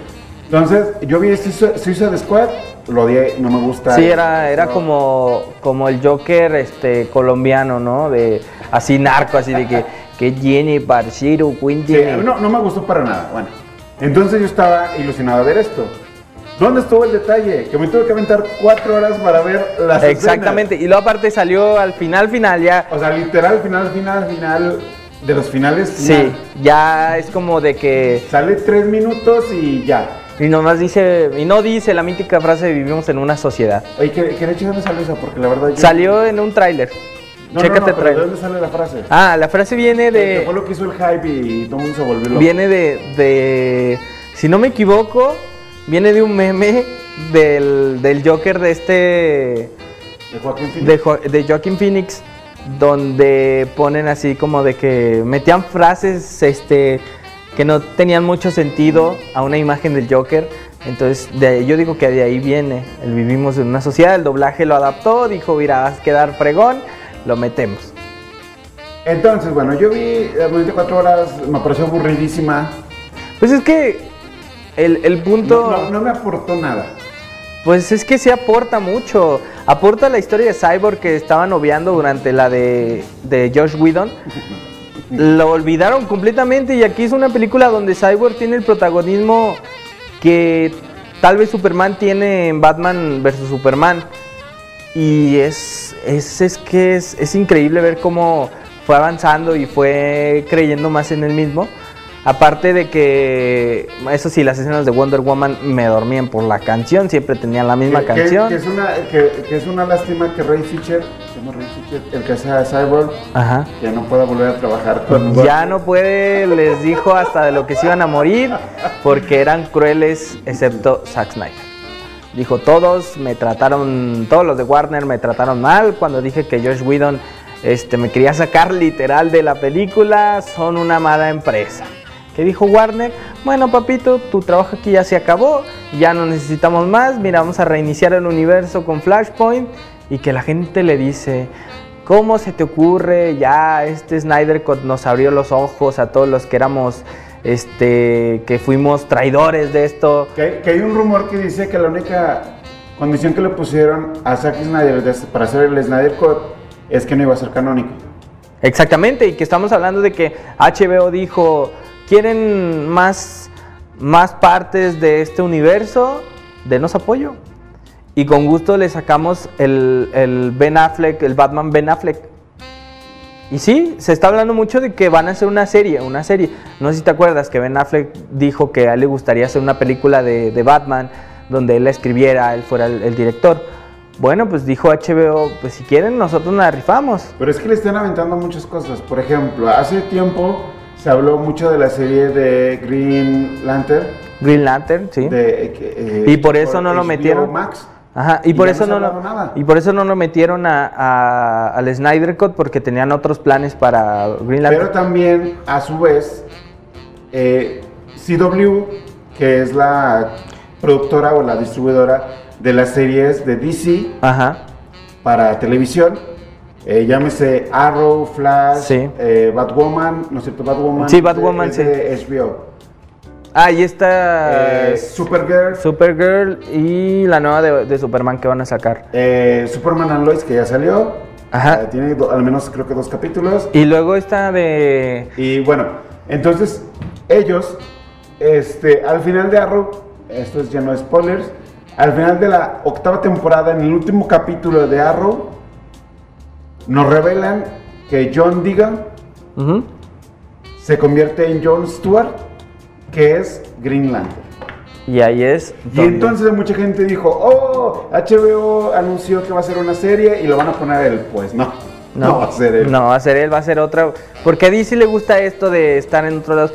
S3: Entonces, yo vi Suiza- Suicide Squad, lo odié, no me gusta.
S2: Sí, era, era
S3: No.
S2: como, como el Joker este, colombiano, ¿no? De, así narco, así de que, que Jenny, Barciro, Queen
S3: Sí,
S2: Jenny.
S3: no, no me gustó para nada. Bueno, entonces yo estaba ilusionado de ver esto. ¿Dónde estuvo el detalle? Que me tuve que aventar cuatro horas para ver las escenas.
S2: Exactamente, y luego aparte salió al final, final, ya.
S3: O sea, literal, final, final, final de los finales.
S2: Sí,
S3: final.
S2: ya es como de que.
S3: Sale tres minutos y ya.
S2: Y nomás dice, y no dice la mítica frase de vivimos en una sociedad.
S3: Oye, ¿qué, qué de hecho dónde sale esa? Porque la verdad yo...
S2: Salió en un tráiler.
S3: No, no, no,
S2: Chécate el
S3: pero ¿de
S2: tráiler.
S3: dónde sale la frase?
S2: Ah, la frase viene
S3: Que
S2: de.
S3: fue lo que hizo el hype y todo el mundo se volvió loco.
S2: Viene de. de- si no me equivoco, viene de un meme del, del Joker de este.
S3: De Joaquín Phoenix.
S2: de, Jo- de Joaquin Phoenix donde ponen así como de que metían frases este que no tenían mucho sentido a una imagen del Joker. Entonces de ahí- yo digo que de ahí viene el vivimos en una sociedad, el doblaje lo adaptó, dijo, mira, vas a quedar fregón, lo metemos.
S3: Entonces, bueno, yo vi eh, 24 horas, me pareció aburridísima.
S2: Pues es que el, el punto...
S3: No, no- no me aportó nada.
S2: Pues es que sí aporta mucho. Aporta la historia de Cyborg que estaban obviando durante la de, de Josh Whedon. Lo olvidaron completamente y aquí es una película donde Cyborg tiene el protagonismo que tal vez Superman tiene en Batman vs. Superman. Y es, es, es que es, es increíble ver cómo fue avanzando y fue creyendo más en él mismo. Aparte de que, eso sí, las escenas de Wonder Woman me dormían por la canción, siempre tenían la misma
S3: Que- que-
S2: canción.
S3: Que, es una, que, que es una lástima que Ray Fisher, se llama Ray Fisher, el que hace a Cyborg,
S2: Ajá.
S3: que no pueda volver a trabajar con
S2: Ya no puede, les dijo hasta de lo que se iban a morir, porque eran crueles, excepto Zack Snyder. Dijo, todos me trataron, todos los de Warner me trataron mal cuando dije que Josh Whedon este, me quería sacar literal de la película, son una mala empresa. ¿Qué dijo Warner? Bueno, papito, tu trabajo aquí ya se acabó, ya no necesitamos más, mira, vamos a reiniciar el universo con Flashpoint y que la gente le dice, ¿Cómo se te ocurre? Ya este Snyder Cut nos abrió los ojos a todos los que éramos, este, que fuimos traidores de esto.
S3: Que, hay- que hay un rumor que dice que la única condición que le pusieron a Zack Snyder de- para hacer el Snyder Code es que no iba a ser canónico.
S2: Exactamente, y que estamos hablando de que HBO dijo, ¿quieren más, más partes de este universo? Denos apoyo. Y con gusto le sacamos el, el Ben Affleck, el Batman Ben Affleck. Y sí, se está hablando mucho de que van a hacer una serie, una serie. No sé si te acuerdas que Ben Affleck dijo que a él le gustaría hacer una película de, de Batman donde él la escribiera, él fuera el, el director. Bueno, pues dijo HBO, pues si quieren nosotros nos la rifamos.
S3: Pero es que le están aventando muchas cosas. Por ejemplo, hace tiempo se habló mucho de la serie de Green Lantern.
S2: Green Lantern, sí.
S3: de, eh, eh,
S2: Y por eso no lo
S3: HBO
S2: metieron.
S3: Max.
S2: Ajá, y,
S3: Y
S2: por
S3: ya
S2: eso no,
S3: no se ha
S2: lo-
S3: hablado nada.
S2: y por eso no lo metieron a, a- al Snyder Cut porque tenían otros planes para Green
S3: Pero
S2: Lantern.
S3: también, a su vez, eh, CW, que es la productora o la distribuidora de las series de DC,
S2: Ajá.
S3: para televisión. eh, llámese Arrow, Flash,
S2: Sí.
S3: eh, Batwoman, ¿no es cierto? Batwoman.
S2: Sí, Batwoman,
S3: es de- es de HBO.
S2: Ahí está
S3: Eh, Supergirl,
S2: Ah, Supergirl y la nueva de, de Superman que van a sacar.
S3: eh, Superman and Lois, que ya salió.
S2: Ajá.
S3: eh, tiene do- al menos creo que dos capítulos.
S2: Y luego está de...
S3: Y bueno, entonces ellos, este, al final de Arrow, esto es lleno de spoilers, al final de la octava temporada, en el último capítulo de Arrow, nos revelan que John Deegan
S2: Ujú.
S3: se convierte en John Stewart, que es Green Lantern.
S2: Y ahí es...
S3: Y
S2: donde-
S3: entonces mucha gente dijo, oh, HBO anunció que va a ser una serie y lo van a poner él. Pues no, no, va a ser él.
S2: No va a ser él, va a ser otra. Porque a DC le gusta esto de estar en otros lados.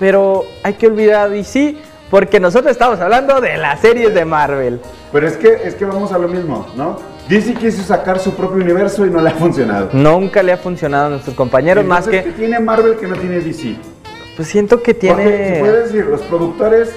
S2: Pero hay que olvidar a DC porque nosotros estamos hablando de las series de Marvel.
S3: Pero es que, es que vamos a lo mismo, ¿no? DC quiso sacar su propio universo y no le ha funcionado.
S2: Nunca le ha funcionado a nuestros compañeros, Mm. más
S3: Entonces, ¿qué
S2: que.
S3: tiene Marvel que no tiene DC.
S2: Pues siento que
S3: Porque, se puede
S2: tiene.
S3: decir, los productores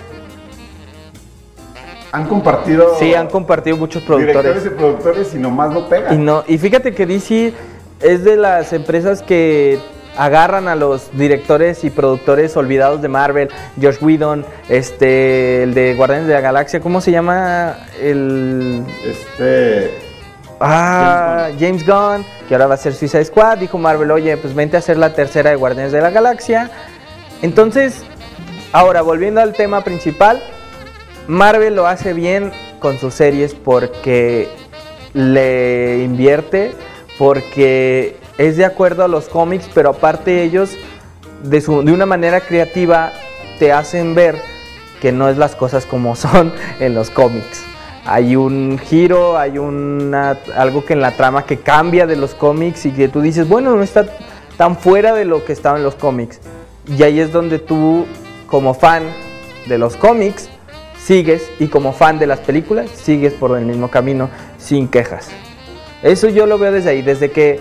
S3: han compartido.
S2: Sí, han compartido muchos
S3: Directores
S2: productores.
S3: y productores y nomás no pega.
S2: Y no, y fíjate que DC es de las empresas que agarran a los directores y productores olvidados de Marvel, Josh Whedon, este, el de Guardianes de la Galaxia, ¿cómo se llama? El
S3: Este.
S2: Ah, James Gunn, que ahora va a ser Suicide Squad, dijo Marvel, oye, pues vente a hacer la tercera de Guardianes de la Galaxia. Entonces, ahora volviendo al tema principal, Marvel lo hace bien con sus series porque le invierte, porque es de acuerdo a los cómics, pero aparte ellos, de, su- de una manera creativa, te hacen ver que no es las cosas como son en los cómics. Hay un giro, hay una, algo que en la trama que cambia de los cómics y que tú dices, bueno, no está tan fuera de lo que estaba en los cómics. Y ahí es donde tú, como fan de los cómics, sigues y como fan de las películas, sigues por el mismo camino sin quejas. Eso yo lo veo desde ahí, desde que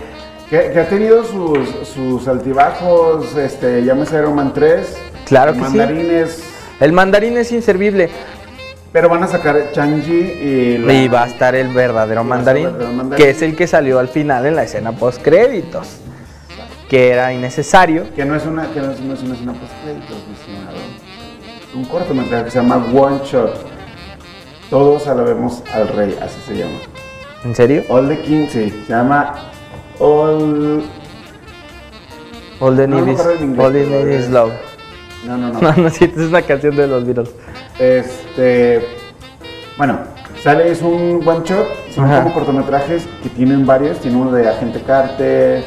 S3: Que, que ha tenido sus, sus altibajos, este, llámese Iron Man 3.
S2: Claro que sí.
S3: Mandarines.
S2: el mandarín es inservible
S3: Pero van a sacar Changi y. la-
S2: y va a estar el verdadero
S3: va a estar el
S2: mandarín,
S3: verdadero mandarín.
S2: que es el que salió al final en la escena post créditos, que era innecesario.
S3: Que no es una, que no es, no es una, es una postcréditos, mi estimado. Un cortometraje que se llama One Shot. Todos alabemos al rey, así se llama.
S2: ¿En serio?
S3: All the King, sí. Se llama All.
S2: All the
S3: No
S2: need
S3: me
S2: is,
S3: acuerdo en inglés,
S2: all the
S3: pero
S2: need
S3: es-
S2: is love.
S3: No, no, no.
S2: No, no, sí, es una canción de los Beatles.
S3: Este. Bueno, sale, es un one shot, son
S2: Ajá.
S3: como cortometrajes que tienen varios. Tiene uno de Agente Carter,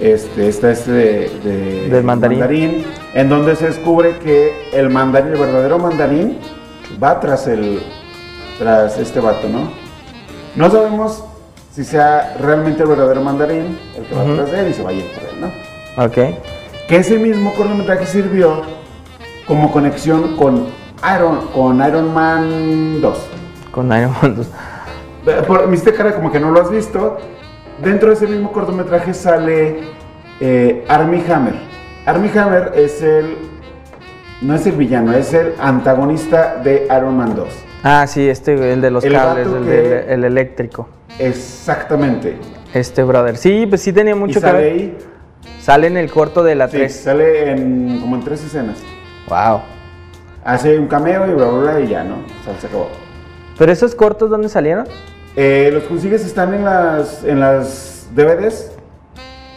S3: este, está este de, de-
S2: Del mandarín.
S3: En donde se descubre que el mandarín, el verdadero mandarín, va tras el. tras este vato, ¿no? No sabemos si sea realmente el verdadero mandarín el que va
S2: Ujú.
S3: tras de él y se va a ir por él, ¿no?
S2: Ok.
S3: que ese mismo cortometraje sirvió como conexión con Iron, con Iron Man 2.
S2: Con Iron Man 2.
S3: Eh, Por, me hiciste cara como que no lo has visto. Dentro de ese mismo cortometraje sale eh, Army Hammer. Army Hammer es el. No es el villano, es el antagonista de Iron Man 2.
S2: Ah, sí, este, güey, el de los
S3: El
S2: cables,
S3: vato
S2: el,
S3: que-
S2: del- el eléctrico.
S3: Exactamente.
S2: Este brother. Sí, pues sí tenía
S3: y
S2: mucho que
S3: sale
S2: ver.
S3: ahí.
S2: Sale en el corto de la
S3: sí,
S2: 3.
S3: sale en, como en tres escenas.
S2: Wow.
S3: Hace un cameo y bla, bla, bla, y ya, ¿no? O sea, se acabó.
S2: ¿Pero esos cortos dónde salieron?
S3: Eh, los consigues están en las en las DVDs.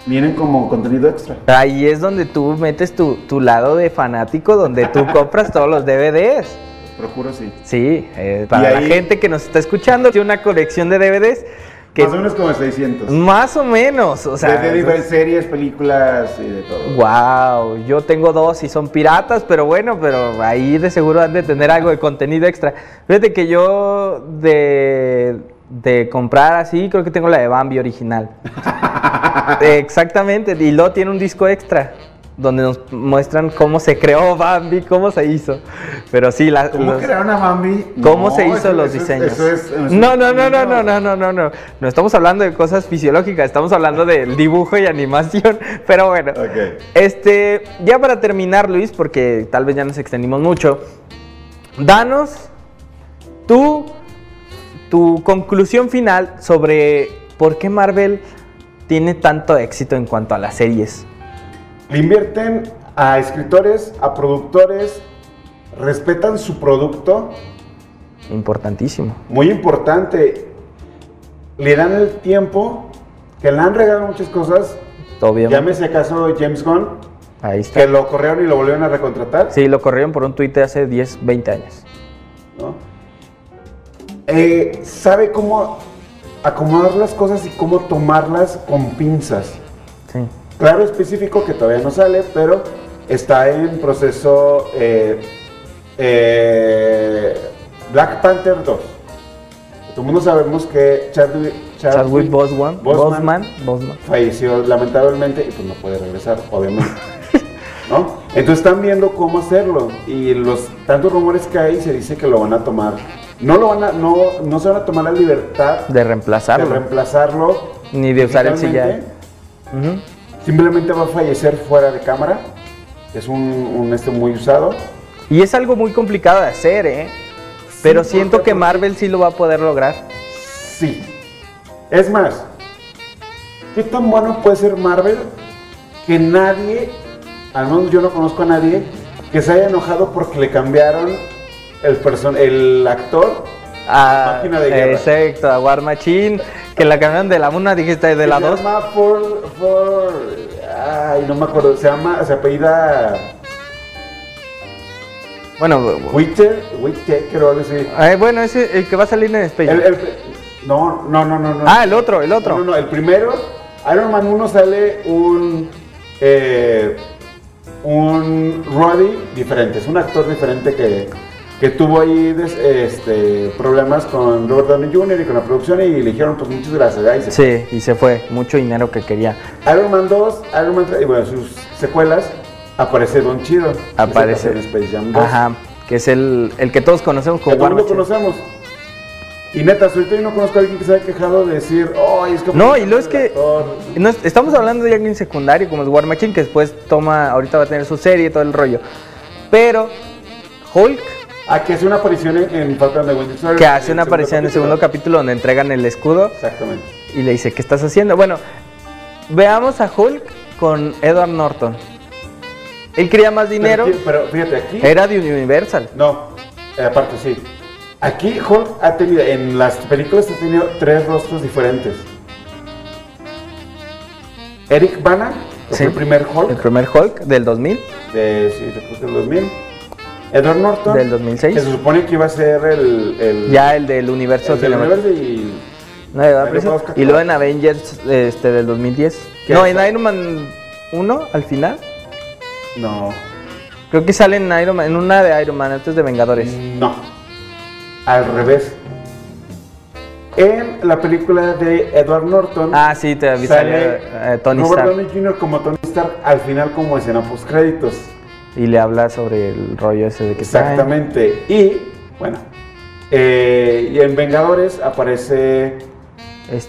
S3: Vienen como contenido extra.
S2: Ahí es donde tú metes tu, tu lado de fanático, donde tú compras todos los DVDs.
S3: Procuro sí.
S2: Sí, eh, para
S3: Y
S2: la
S3: ahí-
S2: gente que nos está escuchando, tiene una colección de DVDs que
S3: Más o menos como 600.
S2: más Mm, o menos, o sea,
S3: de, de diferentes series, películas y de todo.
S2: Wow, yo tengo dos y son piratas, pero bueno, pero ahí de seguro han de tener algo de contenido extra. Fíjate que yo de, de comprar así, creo que tengo la de Bambi original. Exactamente, y luego tiene un disco extra donde nos muestran cómo se creó Bambi, cómo se hizo. Pero sí, la,
S3: ¿Cómo
S2: los-
S3: crearon a Bambi?
S2: ¿Cómo
S3: No,
S2: se hizo
S3: eso-
S2: los
S3: eso es-
S2: diseños?
S3: eso es- eso es-
S2: no, no, no, no, no, no, no, no, no. No estamos hablando de cosas fisiológicas, estamos hablando del dibujo y animación. Pero bueno,
S3: Ah. Ok.
S2: este, ya para terminar, Luis, porque tal vez ya nos extendimos mucho, danos tú tu conclusión final sobre por qué Marvel tiene tanto éxito en cuanto a las series.
S3: Le invierten a escritores, a productores, respetan su producto,
S2: Importantísimo.
S3: muy importante. Le dan el tiempo, que le han regalado muchas cosas.
S2: Todo bien.
S3: Llámese acaso James Gunn,
S2: Ahí está.
S3: que lo corrieron y lo volvieron a recontratar.
S2: Sí, lo corrieron por un tuit de hace 10, 20 años.
S3: ¿no? Eh, sabe cómo acomodar las cosas y cómo tomarlas con pinzas.
S2: Sí.
S3: Claro, específico que todavía no sale, pero está en proceso eh, eh, Black Panther 2. Todo el mundo sabemos que Chadwick,
S2: Chadwick Bosman,
S3: Boseman
S2: Bosman, Bosman.
S3: falleció lamentablemente y pues no puede regresar, obviamente. ¿No? Entonces están viendo cómo hacerlo y los tantos rumores que hay se dice que lo van a tomar. No lo van a, no, no se van a tomar la libertad
S2: de
S3: de
S2: reemplazarlo,
S3: reemplazarlo.
S2: ni de usar el CGI.
S3: totalmente.
S2: Ujú.
S3: Simplemente va a fallecer fuera de cámara. Es un, un este muy usado.
S2: Y es algo muy complicado de hacer, ¿eh? Pero
S3: Sí,
S2: siento
S3: porque-
S2: que Marvel sí lo va a poder lograr.
S3: Sí. Es más, ¿qué tan bueno puede ser Marvel que que nadie, al menos yo no conozco a nadie, que se haya enojado porque le cambiaron el, person el actor
S2: Ah,
S3: Máquina de guerra.
S2: Exacto, a War Machine, que la cambiaron de la 1, dijiste, de la
S3: Se
S2: 2.
S3: llama For, For... Ay, no me acuerdo. Se llama... Se apellida...
S2: Bueno,
S3: Whittaker, Whittaker o algo así.
S2: eh, bueno, ese el que va a salir en Space.
S3: El- el- no, no, no, no, no.
S2: ah, el otro, el otro.
S3: No, no, no, el primero, Iron Man 1 sale un. eh, un Roddy diferente, es un actor diferente que, que tuvo ahí des- este, problemas con Robert Downey Jr. y con la producción y le dijeron, pues muchas gracias. ahí se-
S2: Sí, y se fue, mucho dinero que quería.
S3: Iron Man 2, Iron Man 3, y bueno, sus secuelas, aparece Don Chido.
S2: Aparece.
S3: En Space Jam 2.
S2: Ajá, que es el, el que todos conocemos
S3: Que
S2: como
S3: todo
S2: War
S3: el mundo
S2: Machine.
S3: conocemos. Y neta, hasta ahorita yo no conozco a alguien que se haya quejado de decir, oh, es que...
S2: No, y luego es que-
S3: el actor".
S2: No, es- estamos hablando de alguien secundario como es War Machine, que después toma, ahorita va a tener su serie y todo el rollo. Pero Hulk,
S3: Aquí hace una aparición en, en Falcon de Winter Soldier.
S2: que hace una
S3: el segundo
S2: aparición en el segundo capítulo donde entregan el escudo
S3: Exactamente.
S2: y le dice, ¿qué estás haciendo? Bueno, veamos a Hulk con Edward Norton. Él quería más dinero,
S3: Pero, aquí- pero fíjate, aquí.
S2: era de Universal.
S3: No, eh, aparte sí. Aquí Hulk ha tenido, en las películas ha tenido tres rostros diferentes. Eric Bana, que
S2: Sí.
S3: fue el primer
S2: El
S3: Hulk,
S2: primer Hulk del 2000,
S3: de, sí, después del 2000. Edward Norton,
S2: Del 2006.
S3: que se supone que iba a ser el. el
S2: ya el del universo
S3: el del
S2: cinematográfico.
S3: universo y.
S2: No, de Dark
S3: Pero
S2: Crystal.
S3: todos
S2: Y luego en Avengers este, del 2010.
S3: ¿Qué
S2: No,
S3: es?
S2: en Iron Man 1 al final.
S3: No.
S2: Creo que sale en Iron Man, en una de Iron Man antes de Vengadores.
S3: pues, No. Al revés. En la película de Edward Norton.
S2: Ah, sí, te avisé.
S3: sale
S2: eh, Tony
S3: Robert
S2: Stark.
S3: Downey Jr. como Tony Stark al final como escena post créditos.
S2: Y le habla sobre el rollo ese de que está.
S3: Exactamente. Y bueno, eh, y en Vengadores aparece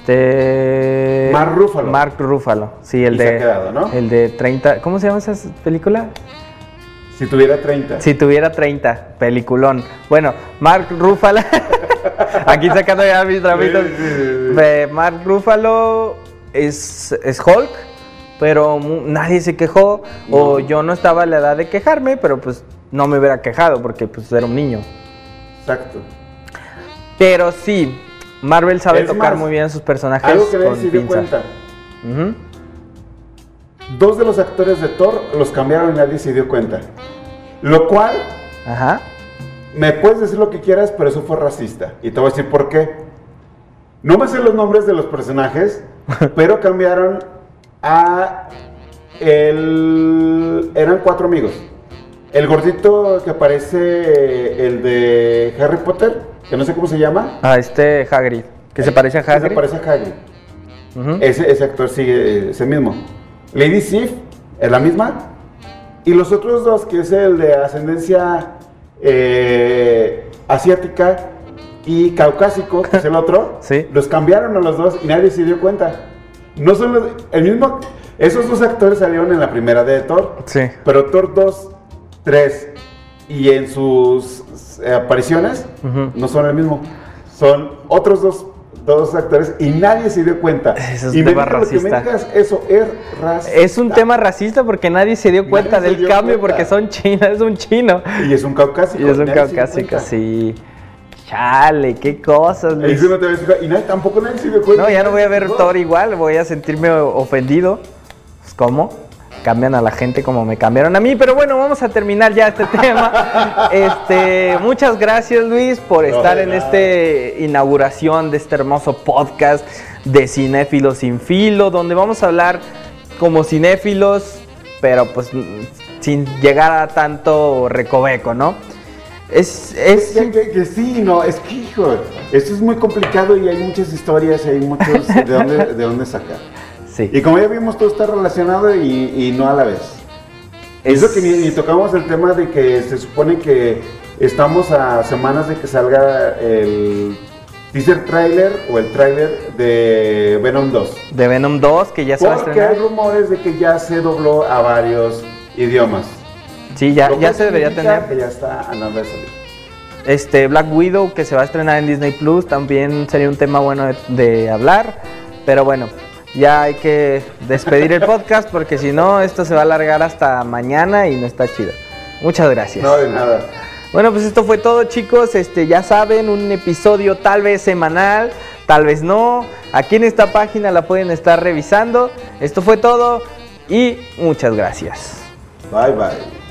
S2: Este.
S3: Mark Ruffalo.
S2: Mark Ruffalo. Sí, el
S3: Y
S2: de.
S3: se ha quedado, ¿no?
S2: El de 30. ¿Cómo se llama esa película?
S3: si tuviera 30.
S2: Si tuviera 30, peliculón. Bueno, Mark Ruffalo. Aquí sacando ya mis trapitos.
S3: Sí, sí, sí, sí.
S2: Eh, Mark Ruffalo es, es Hulk, pero mu- nadie se quejó. O yo no estaba a la edad de quejarme, pero pues no me hubiera quejado porque pues era un niño.
S3: Exacto.
S2: Pero sí, Marvel sabe
S3: Es
S2: tocar
S3: más,
S2: muy bien sus personajes
S3: Algo que nadie
S2: con
S3: se dio
S2: pinzas.
S3: cuenta.
S2: Ujú.
S3: Dos de los actores de Thor los cambiaron y nadie se dio cuenta. Lo cual,
S2: Ajá.
S3: me puedes decir lo que quieras, pero eso fue racista. Y te voy a decir por qué. No me sé los nombres de los personajes, pero cambiaron a el... Eran cuatro amigos. El gordito que aparece el de Harry Potter, que no sé cómo se llama.
S2: A este Hagrid, que se parece a
S3: Que
S2: Hagrid.
S3: se parece a Hagrid.
S2: Ujú.
S3: Ese, ese actor sigue eh, ese mismo. Lady Sif es la misma. Y los otros dos, que es el de ascendencia eh, asiática y caucásico, que es el otro,
S2: Sí.
S3: los cambiaron a los dos y nadie se dio cuenta. No son los- el mismo. Esos dos actores salieron en la primera de Thor.
S2: Sí.
S3: Pero Thor 2, 3 y en sus eh, apariciones
S2: Ujú.
S3: no son el mismo. Son otros dos, dos actores y nadie se dio cuenta.
S2: Eso es
S3: y
S2: un
S3: me
S2: tema
S3: digas lo que me
S2: racista.
S3: digas, eso es racista.
S2: Es un tema racista porque nadie se dio
S3: Nadie
S2: cuenta
S3: se
S2: del
S3: dio
S2: cambio
S3: cuenta.
S2: porque son chinos, es un chino.
S3: Y es un caucásico.
S2: Y es un
S3: nadie se dio
S2: caucásico,
S3: cuenta.
S2: sí. Chale, qué cosas,
S3: Y
S2: Luis.
S3: eso no te habías fijado, y nadie- tampoco nadie se dio cuenta.
S2: No, ya no voy a ver Thor igual, voy a sentirme ofendido. Pues, ¿Cómo? Cambian a la gente como me cambiaron a mí, pero bueno, vamos a terminar ya este tema. Este, muchas gracias Luis por
S3: No,
S2: estar
S3: de
S2: en
S3: nada.
S2: este inauguración de este hermoso podcast de Cinéfilos sin filo, donde vamos a hablar como cinéfilos, pero pues sin llegar a tanto recoveco, ¿no? Es, es
S3: Ya que, que sí, no, es que hijo, esto es muy complicado y hay muchas historias y hay muchos de dónde, de dónde sacar.
S2: sí.
S3: Y como ya vimos, todo está relacionado y, y no a la vez.
S2: Es-
S3: Eso que ni, ni tocamos el tema de que se supone que estamos a semanas de que salga el teaser trailer o el trailer de Venom 2.
S2: de Venom 2 que ya se va a
S3: Porque
S2: estrenar.
S3: hay rumores de que ya se dobló a varios idiomas.
S2: Sí, ya,
S3: Lo
S2: ya
S3: cual
S2: se debería
S3: significa
S2: tener.
S3: Que ya está a nada de salir.
S2: Este Black Widow que se va a estrenar en Disney Plus también sería un tema bueno de, de hablar. Pero bueno, ya hay que despedir el podcast porque si no, esto se va a alargar hasta mañana y no está chido. Muchas gracias.
S3: No, de nada.
S2: Bueno, pues esto fue todo, chicos. Este, ya saben, un episodio tal vez semanal, tal vez no. Aquí en esta página la pueden estar revisando. Esto fue todo y muchas gracias.
S3: Bye, bye.